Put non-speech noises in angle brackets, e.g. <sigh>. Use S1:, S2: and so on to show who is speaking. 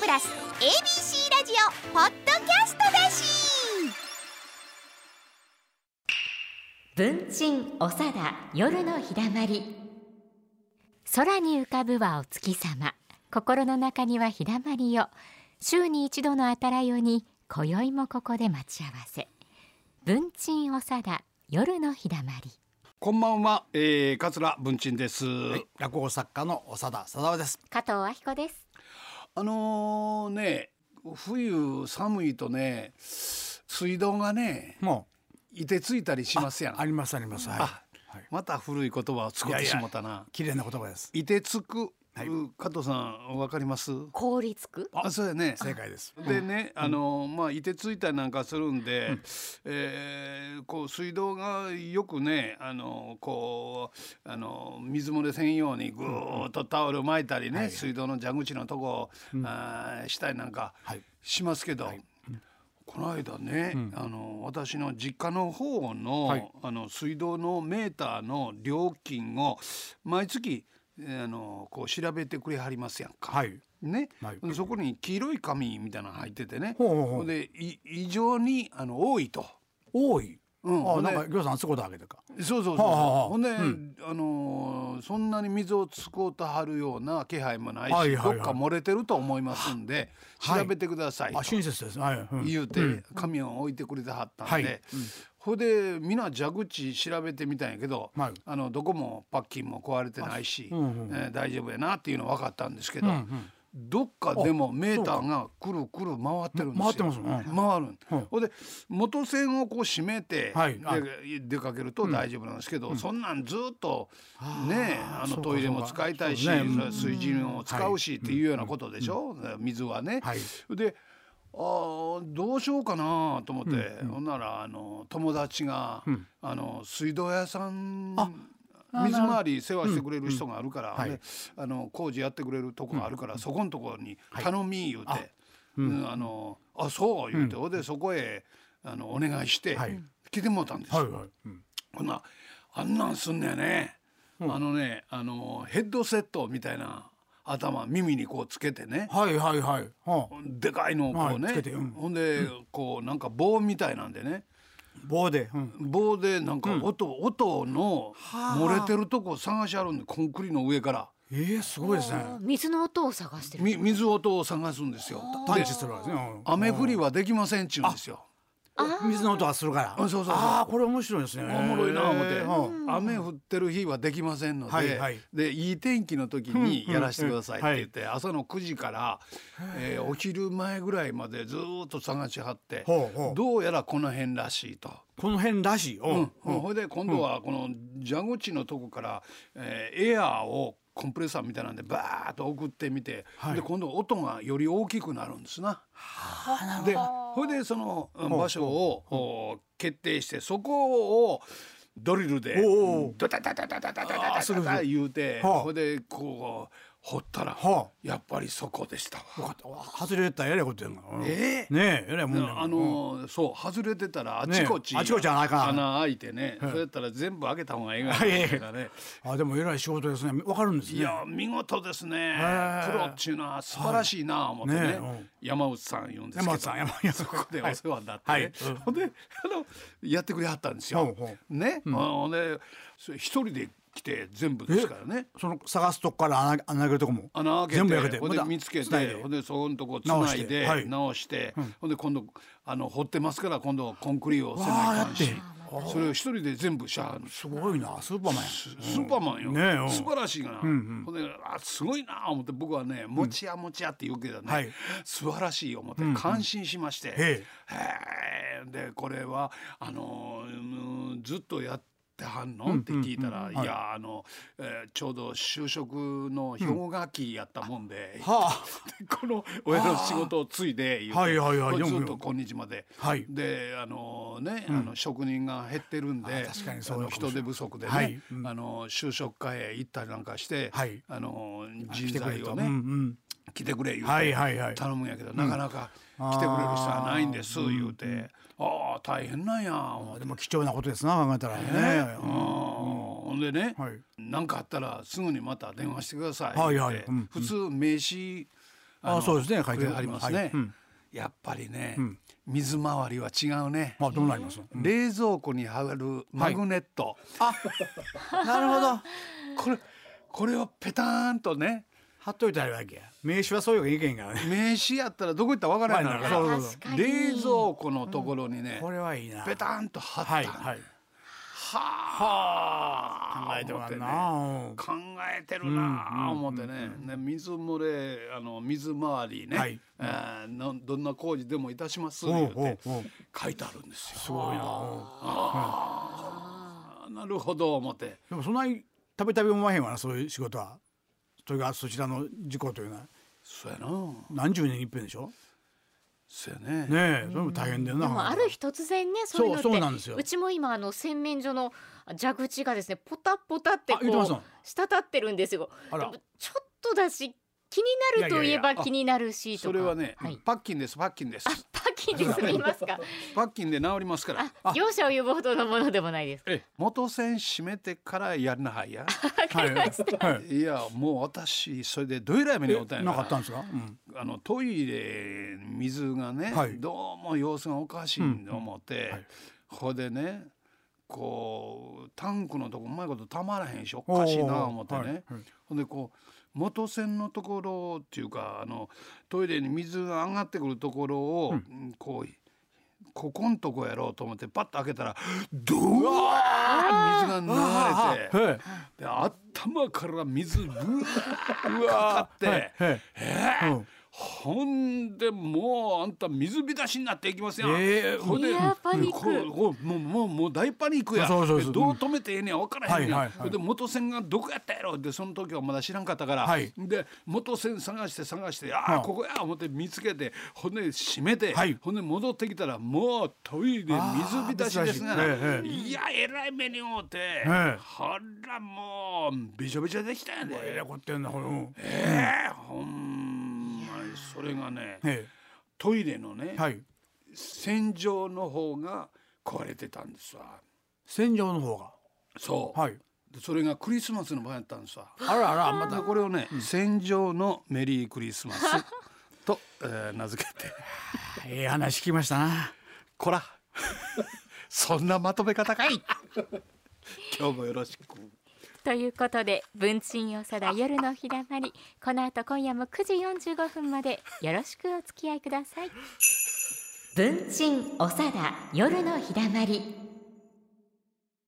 S1: プラス ABC ラジオポッドキャストだし
S2: 文鎮おさだ夜のひだまり空に浮かぶはお月様心の中にはひだまりよ週に一度のあたらよに今宵もここで待ち合わせ文鎮おさだ夜のひだまり
S3: こんばんは、えー、桂文鎮です、
S4: はい、落語作家の長田貞夫です。
S2: 加藤明子です
S3: あのーね冬寒いとね水道がね
S4: も
S3: 凍てついたりし
S4: う
S3: ますやん
S4: ありますあります。はい。
S3: あ
S4: はい
S3: また古い言葉を作ってしもたな
S4: 綺麗な言葉です。
S3: 凍てつく、
S4: はいう
S3: 加藤さんわかります
S2: 凍りつく
S3: あそうやね
S4: 正解です。
S3: でね、あのまあ凍てついたりなんかするんで、えーこう水道がよくねあのこうあの水漏れせんようにぐーっとタオル巻いたりね、
S4: はい
S3: 水道の蛇口のとこ、あーしたりなんか
S4: はい
S3: しますけど、この間ね、あの私の実家の方の,、
S4: はい
S3: あの水道のメーターの料金を毎月えーあのこう調べてくれはりますやんか。
S4: はい。
S3: ね、
S4: はい
S3: そこに黄色い紙みたいなの入っててね
S4: ほうほうほう
S3: でい異常にあの多いと。
S4: 多い。
S3: うん
S4: あ
S3: ほん
S4: な
S3: で
S4: んか行さんそういうことあげてか。
S3: そうそうそうそう、
S4: はあはあはあ
S3: ほんで、
S4: うん
S3: あのーそんなに水を使うとはるような気配もないし、
S4: はいはいはい
S3: どっか漏れてると思いますんで、
S4: は
S3: 調
S4: い
S3: べてくださいと
S4: あ親切です。はい。うん
S3: 言うて紙を置いてくれてはったんで、
S4: はい
S3: ほいで皆蛇口調べてみたんやけど、
S4: はい
S3: あのどこもパッキンも壊れてないし、
S4: あうんうん
S3: えー大丈夫やなっていうの分かったんですけど、
S4: うんうん
S3: どっかでもメーターがくるくる回ってるんですよ。
S4: 回ってますね
S3: 回るん。
S4: はい
S3: ほいで元線をこう締めて、
S4: はい
S3: で
S4: あ
S3: 出かけると大丈夫なんですけど、そんなんずっとねあの
S4: そうか
S3: トイレも使いたいし、
S4: そうかそうね
S3: 水準を使うしっていうようなことでしょ、水はね。
S4: はい
S3: であーどうしようかなと思って、ほんならあの友達が、あの水道屋さん水回り世話してくれる人があるから、
S4: うんうん
S3: で
S4: はい
S3: あの工事やってくれるとこがあるから、そこのところに頼み言うて、うんあのあそう言うて、ほんでそこへあのお願いして、
S4: はい
S3: 来てもらったんですよ。
S4: はいはい。うん
S3: ほんなあんなんすんねやね、あのねあのヘッドセットみたいな頭耳にこうつけてね、
S4: はいはいはい。はあ
S3: でかいのをこうね、
S4: はいつけてうん
S3: ほんでこうなんか棒みたいなんでね
S4: 棒で。うん
S3: 棒でなんか音,、音の漏れてるとこを探しあるんでコンクリの上から
S4: えーすごいですね。
S2: 水の音を探してる
S3: み水音を探すんですよ。
S4: 探
S3: で
S4: 知するわけですね。うん
S3: 雨降りはできませんっちゅうんですよ。
S4: 水の音がするから。
S3: あそうそうそう
S4: ああこれ面白いですね。お
S3: おもろいな思って、
S4: は
S3: 雨降ってる日はできませんので、
S4: はいいはい
S3: でいい天気の時にやらせてくださいって言っ
S4: う
S3: て、朝の9時から、えーお昼前ぐらいまでずーっと探し張って、
S4: ほうほう
S3: どうやらこの辺らしいと。
S4: この辺らしい。うん
S3: うん、ほいで今度はこの蛇口のとこから、えーエアーをコンプレッサーみたいなんでバーッと送ってみて、
S4: はい
S3: で今度音がより大きくなるんですな。でほいでそのうん
S4: ほう
S3: 場所をお決定してそこをドリルで
S4: おうおう
S3: ドタタタタタタタタ
S4: あーする
S3: タ
S4: する
S3: 言うて
S4: はあ
S3: ほいでこう掘ったら
S4: は
S3: やっぱりそこでしたわ。
S4: よかった。外れたらえらいことやんか。うん
S3: えー
S4: ねええらいもんだ
S3: あのーそう外れてたらあちこち
S4: ねあちこち穴開かん
S3: 穴開いてねそうやったら全部開けた方がいいが
S4: はいはい
S3: ね
S4: あでもえらい仕事ですね。わかるんですね。
S3: いや見事ですね
S4: へえ
S3: プロっちゅうのは素晴らしいなあ思って
S4: は
S3: ね
S4: いねえうん
S3: 山内さん言うんですけど
S4: 山内さん山内さん
S3: そこでお世話になって
S4: はいは
S3: ね
S4: いうん
S3: ほんであのやってくれはったんです
S4: ほ
S3: よ
S4: うほ
S3: ねほんでそれ一人で来て全部ですからね
S4: その探すとこから穴穴開けるとこも
S3: 穴開けて
S4: 全部開けて
S3: ほんで
S4: また
S3: 見つけて
S4: 繋いで
S3: ほんでそこのとこつないで
S4: 直してはい
S3: 直してほんで今度あの掘ってますから今度コンクリをせ
S4: わ
S3: な
S4: あ
S3: い
S4: や
S3: か
S4: っ
S3: ん
S4: て
S3: しそれを一人で全部しゃあん
S4: すごいなスーパーマンや
S3: ススーパーマンよ、
S4: ねえうん
S3: 素晴らしいがな、
S4: ん
S3: ほんであすごいな思って僕はね「もちやもちや」って言うけどね、
S4: はい
S3: 素晴らしい思って感心しまして、
S4: え
S3: へえでこれはあのーうんずっとやって。はんの、って聞いたら、いやあの、えーちょうど就職の氷河期やったもんで、
S4: は
S3: この親の仕事を継いで言うて
S4: はいはいはい
S3: これず
S4: よ
S3: っ
S4: く
S3: と
S4: よく
S3: 今日まで、
S4: はい
S3: であのね、あの職人が減ってるんで
S4: あ確かにそう
S3: あの
S4: かもしれな
S3: 人
S4: い
S3: 手不足でね、
S4: はいうん
S3: あの就職課へ行ったりなんかして、
S4: はい
S3: あの
S4: あ
S3: 人材を
S4: うんう
S3: ね
S4: ん
S3: 来てくれ言うて、
S4: はいはいはい
S3: 頼むんやけどなかなか来てくれる人はないんです言うて、ああ大変なんや思っ
S4: あ
S3: て
S4: でも貴重なことですな考えたらね
S3: うんほんでね、
S4: はい
S3: なんかあったらすぐにまた電話してくださいって、
S4: はいはいうん
S3: 普通名刺
S4: あそうですね書いて
S3: くれはりますね、
S4: はいうん
S3: やっぱりね、
S4: うん
S3: 水回りは違うね、
S4: あどうな
S3: <laughs>
S4: ります
S3: 冷蔵庫に貼るマグネット、
S4: あなるほど
S3: これこれをペターンとね
S4: 貼っといたらいいわけや名刺はそういうわけいけへんからね
S3: 名刺やったらどこ行ったらわからへんから
S4: そうそうそう
S2: 確かに
S3: 冷蔵庫のところにね、
S4: これはいいな
S3: ペターンと貼った、
S4: はいはい
S3: はあ
S4: 考えても
S3: 思
S4: らう
S3: ってね
S4: な
S3: 考えてるなあ思ってね,、ね水漏れあの水回りね、
S4: はい
S3: えーのどんな工事でもいたします
S4: お
S3: 言う
S4: うお
S3: て
S4: うおう
S3: 書いてあるんですよ。
S4: すごいなおう
S3: あなるほど思って
S4: でもそんなにたびたび思わへんわなそういう仕事はそれがそちらの事故というのは
S3: そうやな
S4: 何十年に一遍でしょ
S3: そうやね
S4: ねえそれも大変だよな
S2: でもある日突然ねそういうのって
S4: そうそうなんですよ
S2: ちも今あの洗面所の蛇口がですねポタポタってこ
S4: あ言ってました
S2: う滴ってるるんですよ
S4: あら
S2: でもちょっとだし気になるといえ
S4: いやいやい
S2: ば
S4: やあ
S2: 気になるしとか
S3: それはね、
S2: い、
S3: パッキンですパッキンです
S2: パッキンで済みます
S4: <laughs>
S2: か
S3: パッキンで治りますから
S2: あ業者を呼ぶほどのものでもないですか
S3: ええ元栓閉めてからやんなはんや
S4: はいはい
S3: いやもう私それでどえらい目に遭ったん
S4: え
S3: や
S4: なかったんですかうん
S3: あのトイレ水がね、
S4: はい
S3: どうも様子がおかしいと思って、
S4: はい
S3: ほいでねこうタンクのとこうまいことたまらへんしおかしいな思ってね、
S4: おーはいはい
S3: ほんでこう元栓のところっていうかあのトイレに水が上がってくるところを、うんこうここんとこやろうと思ってパッと開けたらドワー水が流れて
S4: はい
S3: で頭から水ぶわーかかって。
S4: はいはいうん
S3: ほんでもうあんた水浸しになっていきますやん。
S4: ええ
S3: ほんで
S2: いやパニック
S3: こうこうもうもうもう大パニックや。
S4: そうそうそう
S3: でどう止めてええねん分からへんやん。
S4: はいはいはい
S3: で元栓がどこやったやろでその時はまだ知らんかったから。
S4: はい
S3: で元栓探して探してああ、
S4: はい
S3: ここや思って見つけてほんで閉めて、
S4: はい
S3: ほんで戻ってきたらもうトイレ水浸しですが
S4: あー
S3: ら
S4: 水浸しええええ
S3: いやえらい目に遭うて、
S4: え
S3: ほらもうべちょべちょできたんやで。
S4: えらいこってんなほらうん
S3: ええほんまにそれがね
S4: え
S3: トイレのね、
S4: えはい
S3: 洗浄の方が壊れてたんですわ
S4: 洗浄の方が
S3: そう、
S4: はい
S3: でそれがクリスマスの場合やったんですわ
S4: あらあらま
S3: ま
S4: た
S3: たこれをね、洗浄のメリークリスマス
S4: <laughs>
S3: と、えー名付けて
S4: ええ話聞きましたな
S3: こら <laughs> そんなまとめ方
S4: <laughs>
S3: かい今日もよろしく
S2: ということで文鎮おさだ夜のひだまりこの後今夜も9時45分までよろしくお付き合いください文鎮おさだ夜のひだまり